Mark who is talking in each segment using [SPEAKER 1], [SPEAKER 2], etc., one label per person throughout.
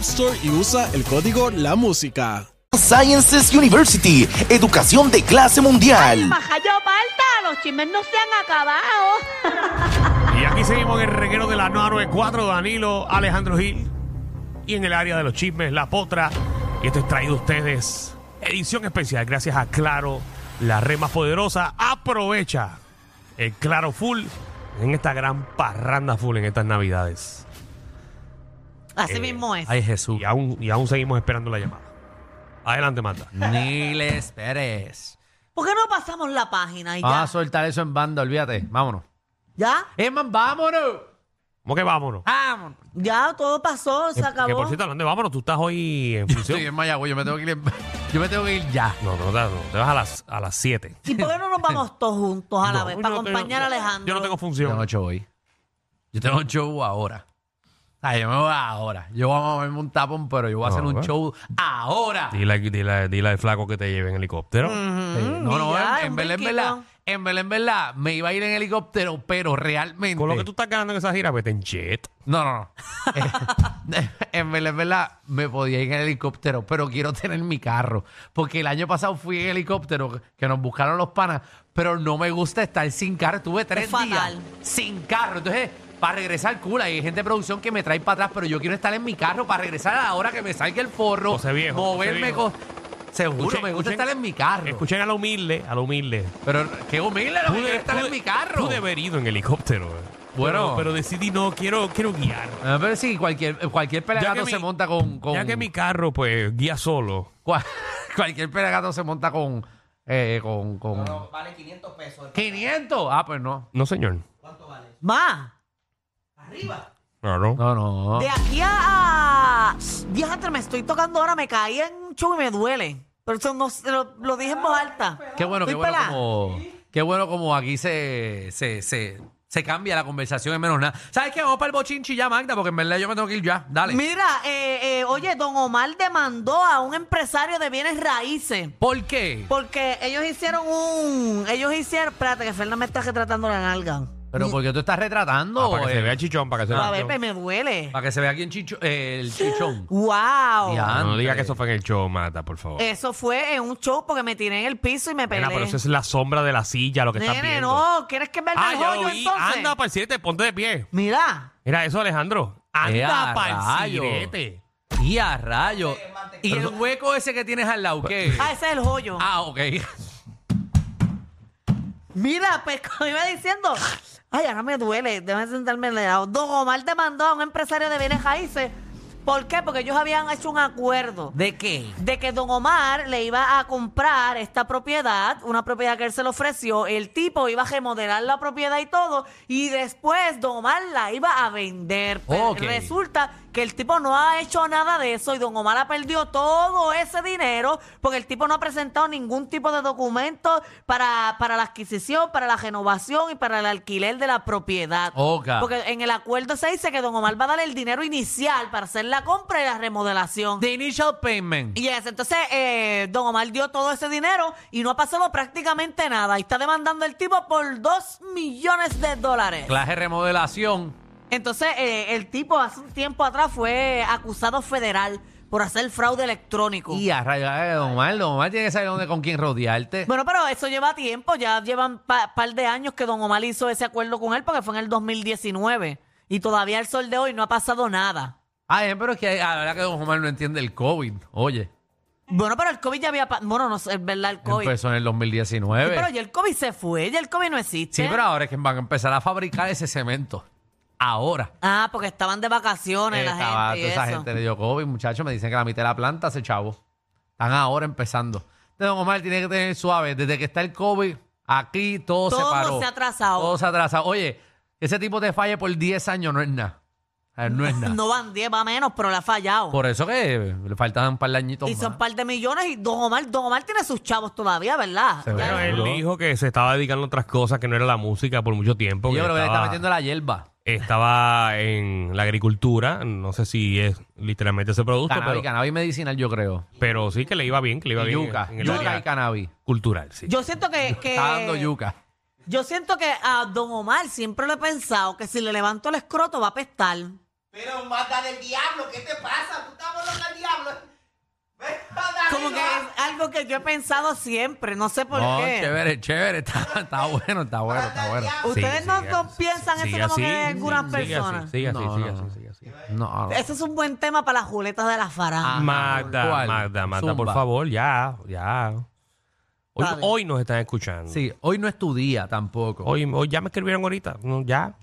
[SPEAKER 1] Store y usa el código La Música.
[SPEAKER 2] Sciences University, educación de clase mundial.
[SPEAKER 3] Majayo Palta, los chismes no se han acabado.
[SPEAKER 4] Y aquí seguimos en el reguero de la 994, Danilo, Alejandro Gil. Y en el área de los chismes, La Potra. Y esto es traído a ustedes, edición especial, gracias a Claro, la red más poderosa. Aprovecha el Claro Full en esta gran parranda full en estas navidades.
[SPEAKER 5] Así
[SPEAKER 4] Eh,
[SPEAKER 5] mismo es.
[SPEAKER 6] Ay, Jesús.
[SPEAKER 4] Y aún, y aún seguimos esperando la llamada. Adelante, Marta.
[SPEAKER 6] Ni le esperes.
[SPEAKER 5] ¿Por qué no pasamos la página y ya?
[SPEAKER 6] Vamos a soltar eso en banda, olvídate. Vámonos.
[SPEAKER 5] ya,
[SPEAKER 6] Herman, vámonos.
[SPEAKER 4] ¿Cómo que vámonos?
[SPEAKER 6] Vámonos.
[SPEAKER 5] ya, todo pasó, Ah,
[SPEAKER 6] Eh,
[SPEAKER 5] se
[SPEAKER 4] Que por
[SPEAKER 5] acabó.
[SPEAKER 4] cierto, hablando de vámonos, tú estás hoy en
[SPEAKER 6] Yo
[SPEAKER 4] función.
[SPEAKER 6] estoy en Mayagüez, yo me tengo que ir. en- Yo me tengo que ir ya.
[SPEAKER 4] No, no, no, te vas a las, a las 7.
[SPEAKER 5] ¿Y por qué no nos vamos todos juntos a la vez? Para acompañar a Alejandro.
[SPEAKER 4] Yo no tengo función.
[SPEAKER 6] Yo tengo show hoy. Yo tengo show ahora. Ay, yo me voy ahora. Yo voy a moverme un tapón, pero yo voy a
[SPEAKER 4] No,
[SPEAKER 6] hacer un
[SPEAKER 4] bueno.
[SPEAKER 6] show ahora.
[SPEAKER 4] Dile, al- dile, al- dile al flaco que te lleve en helicóptero.
[SPEAKER 6] Sí, No, no,
[SPEAKER 5] Ya,
[SPEAKER 6] en, en
[SPEAKER 5] un
[SPEAKER 6] verdad, en
[SPEAKER 5] brinquito.
[SPEAKER 6] verdad, en verdad, en verdad, me iba a ir en helicóptero, pero realmente.
[SPEAKER 4] Con lo que tú estás ganando en esa gira, vete en jet.
[SPEAKER 6] No, no, no. Eh, en verdad, en verdad, me podía ir en helicóptero, pero quiero tener mi carro. Porque el año pasado fui en helicóptero, que nos buscaron los panas, pero no me gusta estar sin carro. Estuve tres días
[SPEAKER 5] fatal.
[SPEAKER 6] sin carro. Entonces, para regresar, cool, hay gente de producción que me trae para atrás, pero yo quiero estar en mi carro para regresar a la hora que me salga el forro,
[SPEAKER 4] José viejo,
[SPEAKER 6] moverme
[SPEAKER 4] José viejo.
[SPEAKER 6] con... Seguro,
[SPEAKER 4] Escuchen-
[SPEAKER 6] me gusta
[SPEAKER 4] escuchen-
[SPEAKER 6] estar en mi carro.
[SPEAKER 4] Escuchen a la humilde, a la humilde.
[SPEAKER 6] Pero qué humilde lo que
[SPEAKER 4] Pude-
[SPEAKER 6] quiero estar
[SPEAKER 4] pude-
[SPEAKER 6] en mi carro.
[SPEAKER 4] Pude haber ido en helicóptero. eh.
[SPEAKER 6] Bueno.
[SPEAKER 4] Pero, pero decidí no, quiero, quiero guiar.
[SPEAKER 6] Ah, pero sí, cualquier, cualquier pelagato
[SPEAKER 4] mi-
[SPEAKER 6] se monta con... con
[SPEAKER 4] Ya que mi carro, pues, guía solo.
[SPEAKER 6] Cual- cualquier pelagato se monta con. eh, con, con-
[SPEAKER 2] Vale 500 pesos.
[SPEAKER 6] 500. Ah, pues no.
[SPEAKER 4] No, señor.
[SPEAKER 5] Más.
[SPEAKER 4] Claro.
[SPEAKER 6] No, no.
[SPEAKER 5] De aquí a. a- Dios, entre, me estoy tocando ahora, me caí en un show y me duele. Pero eso no se lo, lo dije en voz alta.
[SPEAKER 6] Qué bueno, qué
[SPEAKER 5] Estoy
[SPEAKER 6] bueno
[SPEAKER 5] pelada.
[SPEAKER 6] como. Qué bueno como aquí se, se, se, se cambia la conversación en menos nada. ¿Sabes qué? Vamos para el bochinchi ya, Magda, porque en verdad yo me tengo que ir ya. Dale.
[SPEAKER 5] Mira, eh, eh, oye, don Omar demandó a un empresario de bienes raíces.
[SPEAKER 6] ¿Por qué?
[SPEAKER 5] Porque ellos hicieron un. Ellos hicieron. Espérate, que Fernanda me está retratando la nalga.
[SPEAKER 6] Pero porque tú estás retratando.
[SPEAKER 4] Ah, para que
[SPEAKER 6] eh,
[SPEAKER 4] se vea chichón, para que se vea.
[SPEAKER 5] A ver, pues,
[SPEAKER 4] chichón.
[SPEAKER 5] me duele.
[SPEAKER 4] Ah.
[SPEAKER 6] para que se vea aquí en chicho, eh, el chichón.
[SPEAKER 5] ¡Wow!
[SPEAKER 6] Ya.
[SPEAKER 4] No, no diga
[SPEAKER 6] Antes. Eh,
[SPEAKER 4] que eso fue en el show, Mata, por favor.
[SPEAKER 5] Eso fue en un show porque me tiré en el piso y me peleé.
[SPEAKER 4] Nena, pero eso es la sombra de la silla, lo que estás
[SPEAKER 5] Nene,
[SPEAKER 4] viendo.
[SPEAKER 5] no, ¿quieres que me haga
[SPEAKER 4] Ah,
[SPEAKER 5] el
[SPEAKER 4] ya lo
[SPEAKER 5] hoyo
[SPEAKER 4] vi.
[SPEAKER 5] entonces?
[SPEAKER 4] Anda para el sirete, ponte de pie.
[SPEAKER 5] Mira,
[SPEAKER 4] Mira eso, Alejandro. Anda
[SPEAKER 6] Ea,
[SPEAKER 4] para el
[SPEAKER 6] rayos.
[SPEAKER 4] sirete.
[SPEAKER 6] Eh, Y a rayo. Y el hueco ese que tienes al lado, ¿qué?
[SPEAKER 5] ah, ese es el hoyo.
[SPEAKER 6] Ah, ok.
[SPEAKER 5] Mira, pues como iba diciendo, ay, ahora me duele, déjame sentarme al lado. Don Omar demandó a un empresario de bienes raíces. ¿Por qué? Porque ellos habían hecho un acuerdo.
[SPEAKER 6] ¿De qué?
[SPEAKER 5] de que don Omar le iba a comprar esta propiedad, una propiedad que él se le ofreció, el tipo iba a remodelar la propiedad y todo, y después don Omar la iba a vender. Pero
[SPEAKER 6] Ok.
[SPEAKER 5] Resulta que el tipo no ha hecho nada de eso y don Omar ha perdido todo ese dinero porque el tipo no ha presentado ningún tipo de documento para, para la adquisición, para la renovación y para el alquiler de la propiedad.
[SPEAKER 6] Ok.
[SPEAKER 5] Porque en el acuerdo se dice que don Omar va a dar el dinero inicial para hacer la compra y la remodelación.
[SPEAKER 6] The initial payment.
[SPEAKER 5] Yes, entonces eh, Don Omar dio todo ese dinero y no ha pasado prácticamente nada. Y está demandando el tipo por dos millones de dólares.
[SPEAKER 6] Clase de remodelación.
[SPEAKER 5] Entonces eh, el tipo hace un tiempo atrás fue acusado federal por hacer fraude electrónico.
[SPEAKER 6] Y a rayos, eh, don Omar, don Omar tiene que saber dónde, con quién rodearte.
[SPEAKER 5] Bueno, pero eso lleva tiempo, ya llevan un par de años que Don Omar hizo ese acuerdo con él porque fue en el 2019. Y todavía el sol de hoy no ha pasado nada.
[SPEAKER 6] Ay, Ah, eh, pero es que la verdad que Don Omar no entiende el COVID. Oye,
[SPEAKER 5] Bueno, pero el COVID ya había... pa- Bueno, no sé, es verdad, el COVID.
[SPEAKER 6] empezó en el
[SPEAKER 5] Sí,
[SPEAKER 6] 2019.
[SPEAKER 5] pero ya el COVID se fue, ya el COVID no existe.
[SPEAKER 6] Sí, pero ahora es que van a empezar a fabricar ese cemento. Ahora.
[SPEAKER 5] Ah, porque estaban de vacaciones la
[SPEAKER 6] Estaba-
[SPEAKER 5] gente. y
[SPEAKER 6] toda esa
[SPEAKER 5] eso.
[SPEAKER 6] gente le dio COVID, muchachos. Me dicen que la mitad de la planta se chavo. Están ahora empezando. Entonces, Don Omar tiene que tener suave. Desde que está el COVID, aquí todo, se
[SPEAKER 5] Todo
[SPEAKER 6] paró.
[SPEAKER 5] se ha atrasado.
[SPEAKER 6] Todo se ha atrasado. Oye, ese tipo te falle por 10 años no es nada. Eh, No es nada.
[SPEAKER 5] No van 10, va menos, pero la ha fallado.
[SPEAKER 6] Por eso que le faltan un par de añitos
[SPEAKER 5] y son
[SPEAKER 6] más.
[SPEAKER 5] par de millones y Don Omar, Don Omar tiene sus chavos todavía, ¿verdad?
[SPEAKER 6] Se ve.
[SPEAKER 4] Pero él
[SPEAKER 6] Seguro.
[SPEAKER 4] dijo que se estaba dedicando a otras cosas que no era la música por mucho tiempo.
[SPEAKER 6] Yo
[SPEAKER 4] que
[SPEAKER 6] creo que le está
[SPEAKER 4] estaba-
[SPEAKER 6] metiendo la hierba.
[SPEAKER 4] estaba en la agricultura, no sé si es literalmente ese producto,
[SPEAKER 6] Cannabis,
[SPEAKER 4] pero,
[SPEAKER 6] cannabis medicinal, yo creo.
[SPEAKER 4] pero sí que le iba bien, que le iba
[SPEAKER 6] Y
[SPEAKER 4] bien
[SPEAKER 6] yuca.
[SPEAKER 4] en el
[SPEAKER 6] Yuca y
[SPEAKER 4] área
[SPEAKER 6] cannabis.
[SPEAKER 4] cultural, sí.
[SPEAKER 5] Yo siento que, que-
[SPEAKER 6] Está dando yuca.
[SPEAKER 5] yo siento que a Don Omar siempre le he pensado que si le levanto el escroto va a pestar.
[SPEAKER 7] Pero mata del diablo, ¿qué te pasa? Tú estás volando al diablo. Ven, manda
[SPEAKER 5] Como que
[SPEAKER 7] arriba.
[SPEAKER 5] es algo que yo he pensado siempre, no sé por
[SPEAKER 6] No,
[SPEAKER 5] qué.
[SPEAKER 6] chévere, chévere. Está, está bueno, está bueno, está bueno.
[SPEAKER 5] Ustedes
[SPEAKER 4] Sí,
[SPEAKER 5] no,
[SPEAKER 4] sigue
[SPEAKER 5] no
[SPEAKER 4] así,
[SPEAKER 5] piensan
[SPEAKER 4] sigue
[SPEAKER 5] eso como
[SPEAKER 4] así,
[SPEAKER 5] que algunas
[SPEAKER 4] sigue así,
[SPEAKER 5] personas.
[SPEAKER 4] Sigue así,
[SPEAKER 6] No,
[SPEAKER 4] sigue
[SPEAKER 6] no.
[SPEAKER 4] así, sigue así.
[SPEAKER 6] No, no.
[SPEAKER 5] Ese es un buen tema para las juletas de la faranda.
[SPEAKER 6] Ah,
[SPEAKER 4] Magda,
[SPEAKER 6] ¿cuál?
[SPEAKER 4] Magda, Magda, por
[SPEAKER 6] Zumba.
[SPEAKER 4] favor, ya, ya. Hoy,
[SPEAKER 5] Está bien.
[SPEAKER 4] hoy nos están escuchando.
[SPEAKER 6] Sí, hoy no es tu día tampoco.
[SPEAKER 4] Hoy, hoy ya me escribieron ahorita, no, ya.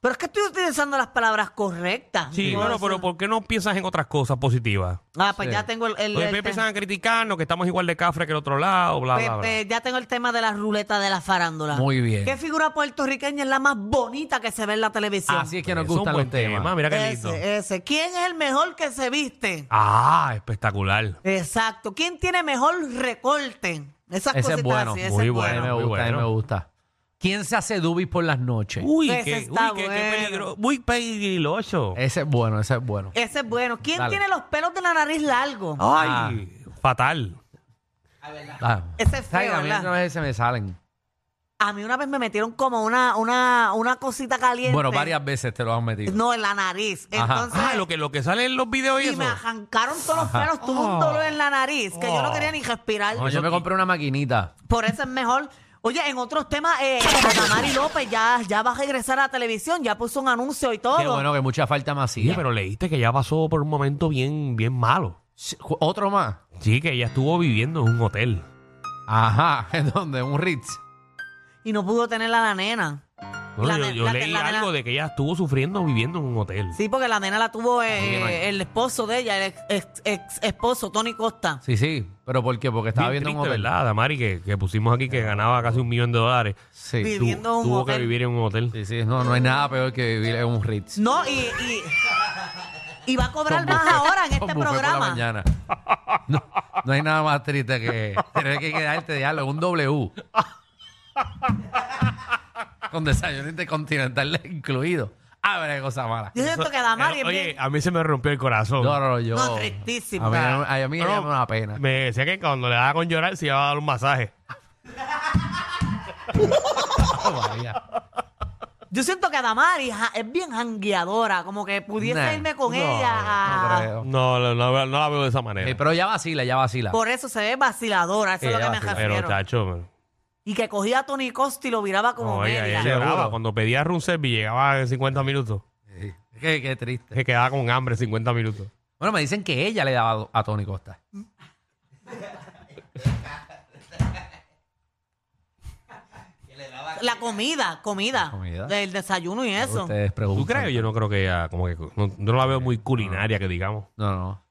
[SPEAKER 5] Pero es que estoy utilizando las palabras correctas.
[SPEAKER 4] Sí,
[SPEAKER 5] No,
[SPEAKER 4] bueno,
[SPEAKER 5] eso-
[SPEAKER 4] pero ¿por qué no piensas en otras cosas positivas?
[SPEAKER 5] Ah, pues
[SPEAKER 6] Sí.
[SPEAKER 5] ya tengo el, el-
[SPEAKER 4] Hoy
[SPEAKER 5] el te-
[SPEAKER 4] empiezan a criticarnos que estamos igual de cafre que el otro lado, bla, bla,
[SPEAKER 5] pe-
[SPEAKER 4] bla.
[SPEAKER 5] pe- ya tengo el tema de la ruleta de la farándula.
[SPEAKER 6] Muy bien.
[SPEAKER 5] ¿Qué figura puertorriqueña es la más bonita que se ve en la televisión?
[SPEAKER 6] Así es que nos
[SPEAKER 4] Es un
[SPEAKER 6] gustan
[SPEAKER 4] buen
[SPEAKER 6] los
[SPEAKER 4] tema,
[SPEAKER 6] temas.
[SPEAKER 4] mira qué lindo.
[SPEAKER 5] ese, ese. ¿Quién es el mejor que se viste?
[SPEAKER 4] Ah, espectacular.
[SPEAKER 5] Exacto. ¿Quién tiene mejor recorte? Esas
[SPEAKER 6] Ese
[SPEAKER 5] cositas
[SPEAKER 6] es bueno,
[SPEAKER 5] así, ese
[SPEAKER 4] muy
[SPEAKER 6] A
[SPEAKER 5] es
[SPEAKER 6] mí
[SPEAKER 4] bueno.
[SPEAKER 6] me
[SPEAKER 4] Muy
[SPEAKER 6] gusta, a mí me
[SPEAKER 4] bueno.
[SPEAKER 6] gusta. ¿Quién se hace dubis por las noches?
[SPEAKER 4] Uy,
[SPEAKER 5] Ese
[SPEAKER 4] qué,
[SPEAKER 5] Pues está
[SPEAKER 4] uy, qué- qué
[SPEAKER 5] bueno.
[SPEAKER 4] peligro- muy peligroso.
[SPEAKER 6] Ese es bueno, ese es bueno.
[SPEAKER 5] Ese es bueno. ¿Quién
[SPEAKER 6] Dale.
[SPEAKER 5] tiene los pelos de la nariz largos?
[SPEAKER 4] Ay, Ah, fatal.
[SPEAKER 6] Ah.
[SPEAKER 5] Ese es feo,
[SPEAKER 6] Ay, a mí
[SPEAKER 5] ¿verdad?
[SPEAKER 6] otra vez se me salen.
[SPEAKER 5] A mí una vez me metieron como una, una, una cosita caliente.
[SPEAKER 6] Bueno, varias veces te lo han metido.
[SPEAKER 5] No, en la nariz.
[SPEAKER 6] Ajá.
[SPEAKER 5] Entonces,
[SPEAKER 4] Ah, lo que, lo que sale en los videos y
[SPEAKER 5] y
[SPEAKER 4] eso.
[SPEAKER 5] me arrancaron todos los pelos. Tuve un dolor en la nariz que yo no
[SPEAKER 4] Oh.
[SPEAKER 5] quería ni respirar.
[SPEAKER 6] Oh. No, yo me compré una maquinita.
[SPEAKER 5] Por eso es mejor. Oye, en otros temas, eh, Ana Mari López ya, ya va a regresar a la televisión, ya puso un anuncio y todo.
[SPEAKER 6] Qué bueno que mucha falta más
[SPEAKER 4] Sí, pero leíste que ya pasó por un momento bien, bien malo.
[SPEAKER 6] Otro más.
[SPEAKER 4] Sí, que ella estuvo viviendo en un hotel.
[SPEAKER 6] Ajá, ¿en dónde? Un Ritz.
[SPEAKER 5] Y no pudo tener a la nena.
[SPEAKER 4] Bueno,
[SPEAKER 5] La
[SPEAKER 4] yo
[SPEAKER 5] ne-
[SPEAKER 4] yo
[SPEAKER 5] la que-
[SPEAKER 4] leí
[SPEAKER 5] la nena-
[SPEAKER 4] algo de que ella estuvo sufriendo viviendo en un hotel.
[SPEAKER 5] Sí, porque la nena la tuvo eh,
[SPEAKER 6] Oye, Mari.
[SPEAKER 5] el esposo de ella, el ex, ex- ex- esposo, Tony Costa.
[SPEAKER 6] Sí, sí. ¿Pero por qué? Porque estaba
[SPEAKER 4] Bien
[SPEAKER 6] viendo un
[SPEAKER 4] triste,
[SPEAKER 6] hotel.
[SPEAKER 4] ¿verdad, Damari? Que, que pusimos aquí que ganaba casi un millón de dólares.
[SPEAKER 6] Sí.
[SPEAKER 5] Sí. Viviendo en un
[SPEAKER 4] Tuvo que
[SPEAKER 5] hotel.
[SPEAKER 4] vivir en un hotel.
[SPEAKER 6] Sí, sí. No, no hay nada peor que vivir en un Ritz.
[SPEAKER 5] No, y, y, y va a cobrar
[SPEAKER 6] Con
[SPEAKER 5] más
[SPEAKER 6] buffet-
[SPEAKER 5] ahora en
[SPEAKER 6] con buffet
[SPEAKER 5] este
[SPEAKER 6] por la
[SPEAKER 5] programa.
[SPEAKER 6] mañana. No, no hay nada más triste que tener que quedarte de algo, un W. Con desayuno intercontinental incluido. Ah, ver qué cosa mala.
[SPEAKER 5] Yo siento que Damari
[SPEAKER 4] Eh,
[SPEAKER 5] es
[SPEAKER 4] Oye,
[SPEAKER 5] bien.
[SPEAKER 4] a mí se me rompió el corazón.
[SPEAKER 6] No, no, no, yo.
[SPEAKER 5] No, tristísimo.
[SPEAKER 6] A mí, a mí
[SPEAKER 4] No,
[SPEAKER 6] ella
[SPEAKER 4] no,
[SPEAKER 6] me da una pena.
[SPEAKER 4] Me decía que cuando le daba con llorar se iba a dar un masaje.
[SPEAKER 6] Oh, María.
[SPEAKER 5] Yo siento que Damari ja- es bien jangueadora, como que pudiese
[SPEAKER 6] Nah,
[SPEAKER 5] irme con
[SPEAKER 6] no,
[SPEAKER 5] ella. a-
[SPEAKER 6] no creo.
[SPEAKER 4] No, no, no, no la veo de esa manera.
[SPEAKER 6] Eh, pero ya vacila, ya vacila.
[SPEAKER 5] Por eso se ve vaciladora, eso es lo
[SPEAKER 6] Ella
[SPEAKER 5] que me
[SPEAKER 6] vacila.
[SPEAKER 5] refiero.
[SPEAKER 4] Pero, chacho,
[SPEAKER 5] Y que cogía a Tony Costa y lo viraba como
[SPEAKER 4] no, ella,
[SPEAKER 5] media.
[SPEAKER 4] ella
[SPEAKER 6] Seguro.
[SPEAKER 4] lloraba. Cuando pedía room service llegaba en 50 minutos.
[SPEAKER 6] Sí. Qué, qué triste.
[SPEAKER 4] Se quedaba con hambre 50 minutos.
[SPEAKER 6] Bueno, me dicen que ella le daba a Tony Costa.
[SPEAKER 5] La comida, comida.
[SPEAKER 6] comida.
[SPEAKER 5] El desayuno y eso.
[SPEAKER 6] Ustedes preguntan.
[SPEAKER 4] ¿Tú crees? Yo no creo que ella, como que, no, no la veo muy culinaria, que digamos.
[SPEAKER 6] No, no.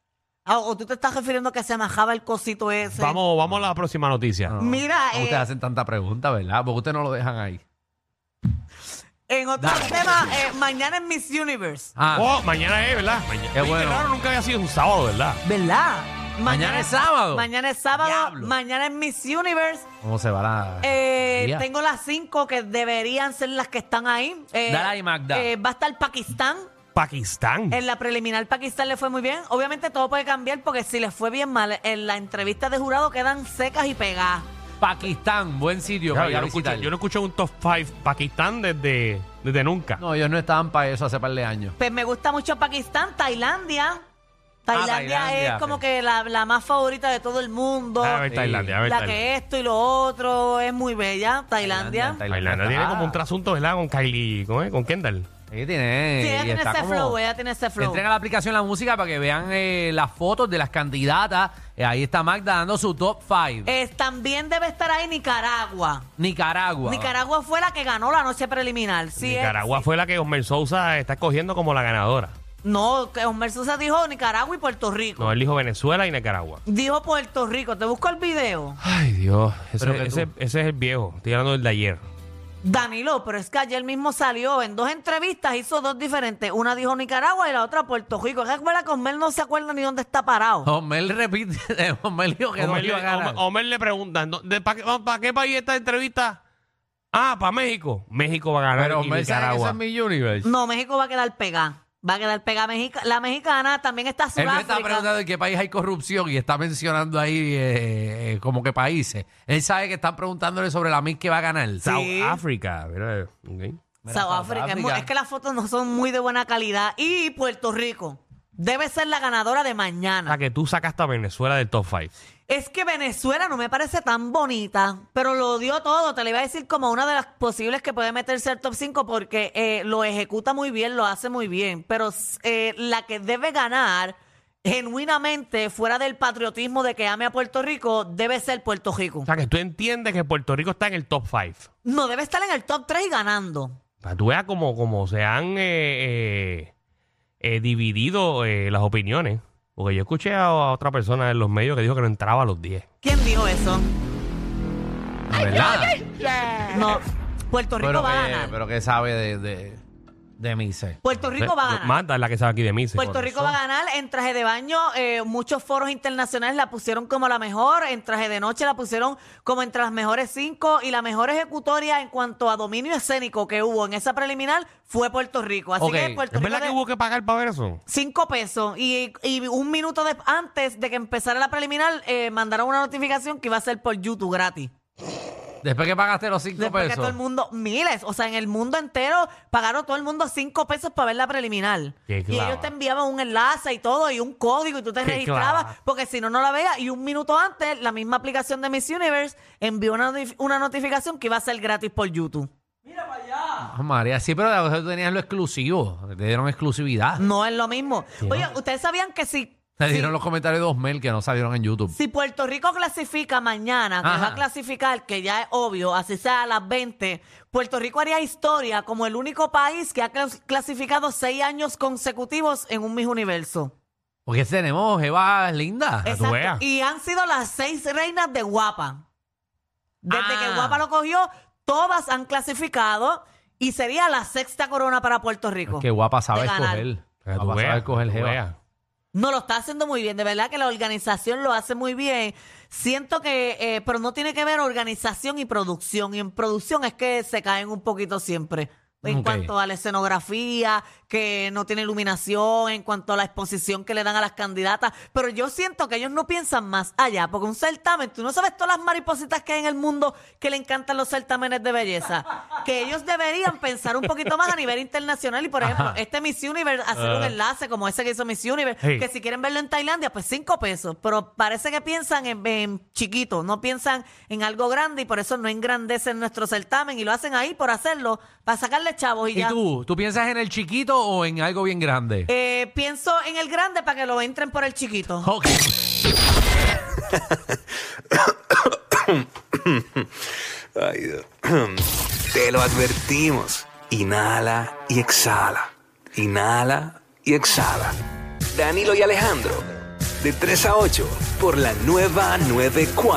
[SPEAKER 5] Ah, o tú te estás refiriendo que se majaba el cosito ese.
[SPEAKER 4] Vamos, vamos a la próxima noticia.
[SPEAKER 6] no.
[SPEAKER 5] Mira, eh,
[SPEAKER 6] Ustedes hacen tanta pregunta, ¿verdad? Porque ustedes no lo dejan ahí.
[SPEAKER 5] en otro tema, eh, mañana es Miss Universe.
[SPEAKER 6] Ah,
[SPEAKER 4] Oh, mañana es, ¿verdad? Mañana.
[SPEAKER 6] Qué
[SPEAKER 4] Oye,
[SPEAKER 6] bueno.
[SPEAKER 4] raro, nunca había sido un sábado, ¿verdad?
[SPEAKER 5] ¿Verdad?
[SPEAKER 6] Mañana es sábado.
[SPEAKER 5] Mañana es sábado.
[SPEAKER 6] Diablo.
[SPEAKER 5] Mañana es Miss Universe.
[SPEAKER 6] ¿cómo se va la.?
[SPEAKER 5] Eh,
[SPEAKER 6] Día.
[SPEAKER 5] tengo las cinco que deberían ser las que están ahí. Eh,
[SPEAKER 6] Dale ahí, Magda.
[SPEAKER 5] eh, va a estar Pakistán.
[SPEAKER 6] Eh,
[SPEAKER 4] Pakistán.
[SPEAKER 5] En la preliminar Pakistán le fue muy bien. Obviamente todo puede cambiar porque si les fue bien mal, en la entrevista de jurado quedan secas y pegadas.
[SPEAKER 6] Pakistán, buen sitio.
[SPEAKER 4] Claro,
[SPEAKER 6] para ir
[SPEAKER 4] yo,
[SPEAKER 6] a
[SPEAKER 4] no escucho,
[SPEAKER 6] visitar.
[SPEAKER 4] yo no escucho un top 5 Pakistán desde, desde nunca.
[SPEAKER 6] No, ellos no estaban para eso hace par de años.
[SPEAKER 5] Pues me gusta mucho Pakistán, Tailandia. Tailandia,
[SPEAKER 6] Ah, Tailandia,
[SPEAKER 5] es como
[SPEAKER 6] sí. Ah,
[SPEAKER 5] que la, la más favorita de todo el mundo.
[SPEAKER 4] A ver,
[SPEAKER 6] Sí.
[SPEAKER 4] Tailandia, a ver,
[SPEAKER 5] la
[SPEAKER 4] Tailandia.
[SPEAKER 5] que esto y lo otro es muy bella, Tailandia.
[SPEAKER 6] Tailandia,
[SPEAKER 5] Ah.
[SPEAKER 4] Tailandia tiene como un trasunto, ¿verdad? Con Kylie, ¿con, eh? con Kendall.
[SPEAKER 6] Sí, tiene.
[SPEAKER 5] Sí, ella
[SPEAKER 6] y
[SPEAKER 5] tiene
[SPEAKER 6] está
[SPEAKER 5] ese
[SPEAKER 6] como-
[SPEAKER 5] flow, ella tiene ese flow.
[SPEAKER 6] Entren a la aplicación La Música para que vean eh, las fotos de las candidatas. Eh, ahí está Magda dando su top 5.
[SPEAKER 5] Eh, también debe estar ahí Nicaragua.
[SPEAKER 6] Nicaragua.
[SPEAKER 5] Nicaragua fue la que ganó la noche preliminar. Sí, es-
[SPEAKER 4] Nicaragua fue la que Osmer Sousa está escogiendo como la ganadora.
[SPEAKER 5] No, que Homer Sosa dijo Nicaragua y Puerto Rico.
[SPEAKER 4] No, él dijo Venezuela y Nicaragua.
[SPEAKER 5] Dijo Puerto Rico. Te busco el video.
[SPEAKER 4] Ay, Dios.
[SPEAKER 6] Pero
[SPEAKER 4] Ese,
[SPEAKER 6] que
[SPEAKER 4] ese-
[SPEAKER 6] tú-
[SPEAKER 4] ese es el viejo. Estoy hablando del de ayer.
[SPEAKER 5] Danilo, pero es que ayer mismo salió en dos entrevistas, hizo dos diferentes. Una dijo Nicaragua y la otra Puerto Rico. Es que Acuérdate que Osmer no se acuerda ni dónde está parado.
[SPEAKER 6] Omel repite. Omel dijo que no
[SPEAKER 4] Homer,
[SPEAKER 6] iba a
[SPEAKER 4] le-
[SPEAKER 6] ganar.
[SPEAKER 4] Homer- Homer le preguntan, ¿no- de- ¿para qué, pa' qué país esta entrevista? Ah, para México. México va a ganar
[SPEAKER 6] Pero
[SPEAKER 4] y
[SPEAKER 6] Omel sabe que eso
[SPEAKER 4] Nicaragua.
[SPEAKER 6] es mi universe.
[SPEAKER 5] No, México va a quedar pegada. Va a quedar pegada Mexica- la mexicana. También está
[SPEAKER 6] Él me
[SPEAKER 5] Sudáfrica.
[SPEAKER 6] está preguntando en qué país hay corrupción y está mencionando ahí eh, eh, como que países. Él sabe que están preguntándole sobre la MIS que va a ganar.
[SPEAKER 4] South
[SPEAKER 5] Sí.
[SPEAKER 4] Africa. Mira, ok.
[SPEAKER 6] Mira,
[SPEAKER 5] South
[SPEAKER 6] South
[SPEAKER 5] Africa. Es mu-
[SPEAKER 6] Africa.
[SPEAKER 5] Es que las fotos no son muy de buena calidad. Y Puerto Rico. Debe ser la ganadora de
[SPEAKER 4] O sea,
[SPEAKER 5] mañana.
[SPEAKER 4] que tú sacaste a Venezuela del top 5.
[SPEAKER 5] Es que Venezuela no me parece tan bonita, pero lo dio todo. Te lo iba a decir como una de las posibles que puede meterse al top 5 porque eh, lo ejecuta muy bien, lo hace muy bien. Pero eh, la que debe ganar genuinamente, fuera del patriotismo de que ame a Puerto Rico, debe ser Puerto Rico.
[SPEAKER 4] O sea, que tú entiendes que Puerto Rico está en el top 5.
[SPEAKER 5] No, debe estar en el top 3 y ganando.
[SPEAKER 4] Para que tú veas como, como se han eh, eh, eh, dividido eh, las opiniones. Porque yo escuché a, a otra persona en los medios que dijo que no entraba a los 10.
[SPEAKER 5] ¿Quién dijo eso?
[SPEAKER 6] ¿Verdad?
[SPEAKER 5] No, Puerto Rico
[SPEAKER 6] pero,
[SPEAKER 5] va a
[SPEAKER 6] que,
[SPEAKER 5] ganar.
[SPEAKER 6] pero que sabe de, de, de Mise.
[SPEAKER 5] Puerto Rico va a ganar.
[SPEAKER 4] Manda es la que sabe aquí de mí. se
[SPEAKER 5] Puerto
[SPEAKER 4] conoce.
[SPEAKER 5] Rico va a ganar en traje de baño. eh, muchos foros internacionales la pusieron como la mejor. En traje de noche la pusieron como entre las mejores cinco. Y la mejor ejecutoria en cuanto a dominio escénico que hubo en esa preliminar fue Puerto Rico. Así
[SPEAKER 6] Ok,
[SPEAKER 5] que Puerto
[SPEAKER 4] ¿Es
[SPEAKER 5] Rico.
[SPEAKER 4] verdad que
[SPEAKER 5] de-
[SPEAKER 4] hubo que pagar para ver eso?
[SPEAKER 5] Cinco pesos y, y un minuto de- antes de que empezara la preliminar eh, mandaron una notificación que iba a ser por YouTube gratis.
[SPEAKER 6] Después que pagaste los cinco
[SPEAKER 5] Después que
[SPEAKER 6] pesos.
[SPEAKER 5] todo el mundo, miles, o sea, en el mundo entero pagaron todo el mundo cinco pesos para ver la preliminar.
[SPEAKER 4] Qué
[SPEAKER 5] y
[SPEAKER 4] clava.
[SPEAKER 5] ellos te enviaban un enlace y todo, y un código, y tú te
[SPEAKER 4] Qué
[SPEAKER 5] registrabas,
[SPEAKER 4] clava.
[SPEAKER 5] porque si no, no la veías. Y un minuto antes, la misma aplicación de Miss Universe envió una, notif- una notificación que iba a ser gratis por YouTube.
[SPEAKER 6] Ah, María, sí, pero la- tú tenías lo exclusivo. Te dieron exclusividad.
[SPEAKER 5] No es lo mismo. Oye, ¿ustedes sabían que si,
[SPEAKER 6] Te dieron los comentarios de Osmel que no salieron en YouTube.
[SPEAKER 5] si Puerto Rico clasifica mañana, que
[SPEAKER 6] Ajá.
[SPEAKER 5] va a clasificar, que ya es obvio, así sea a las 20, Puerto Rico haría historia como el único país que ha clas- clasificado seis años consecutivos en un Miss Universo.
[SPEAKER 6] Porque tenemos Eva linda.
[SPEAKER 4] Para que tú
[SPEAKER 5] Exacto.
[SPEAKER 4] veas.
[SPEAKER 5] Y han sido las seis reinas de Guapa. Desde
[SPEAKER 6] Ah.
[SPEAKER 5] que Guapa lo cogió, todas han clasificado y sería la sexta corona para Puerto Rico.
[SPEAKER 6] Es que guapa sabe
[SPEAKER 5] pues, De ganar.
[SPEAKER 6] escoger.
[SPEAKER 4] Para que tú
[SPEAKER 6] Guapa
[SPEAKER 4] veas,
[SPEAKER 6] sabe escoger
[SPEAKER 4] para que tú
[SPEAKER 6] Jeva.
[SPEAKER 4] veas.
[SPEAKER 5] No lo está haciendo muy bien, de verdad que la organización lo hace muy bien. Siento que, eh, pero no tiene que ver organización y producción. Y en producción es que se caen un poquito siempre. En
[SPEAKER 6] Ok.
[SPEAKER 5] cuanto a la escenografía, que no tiene iluminación, en cuanto a la exposición que le dan a las candidatas. Pero yo siento que ellos no piensan más allá, porque un certamen, tú no sabes todas las maripositas que hay en el mundo que le encantan los certámenes de belleza. Que ellos deberían pensar un poquito más a nivel internacional. Y por ejemplo, este Miss Universe, hacer un enlace como ese que hizo Miss Universe,
[SPEAKER 4] Sí.
[SPEAKER 5] que si quieren verlo en Tailandia, pues cinco pesos. Pero parece que piensan en, en chiquito, no piensan en algo grande y por eso no engrandecen nuestro certamen y lo hacen ahí por hacerlo, para sacarle chavos y,
[SPEAKER 6] ¿Y
[SPEAKER 5] ya.
[SPEAKER 6] tú? ¿Tú piensas en el chiquito o en algo bien grande?
[SPEAKER 5] Eh, pienso en el grande para que lo entren por el chiquito.
[SPEAKER 6] Ok.
[SPEAKER 8] Ay, Dios. Te lo advertimos. Inhala y exhala. Inhala y exhala. Danilo y Alejandro, de 3 a 8, por la nueva 94.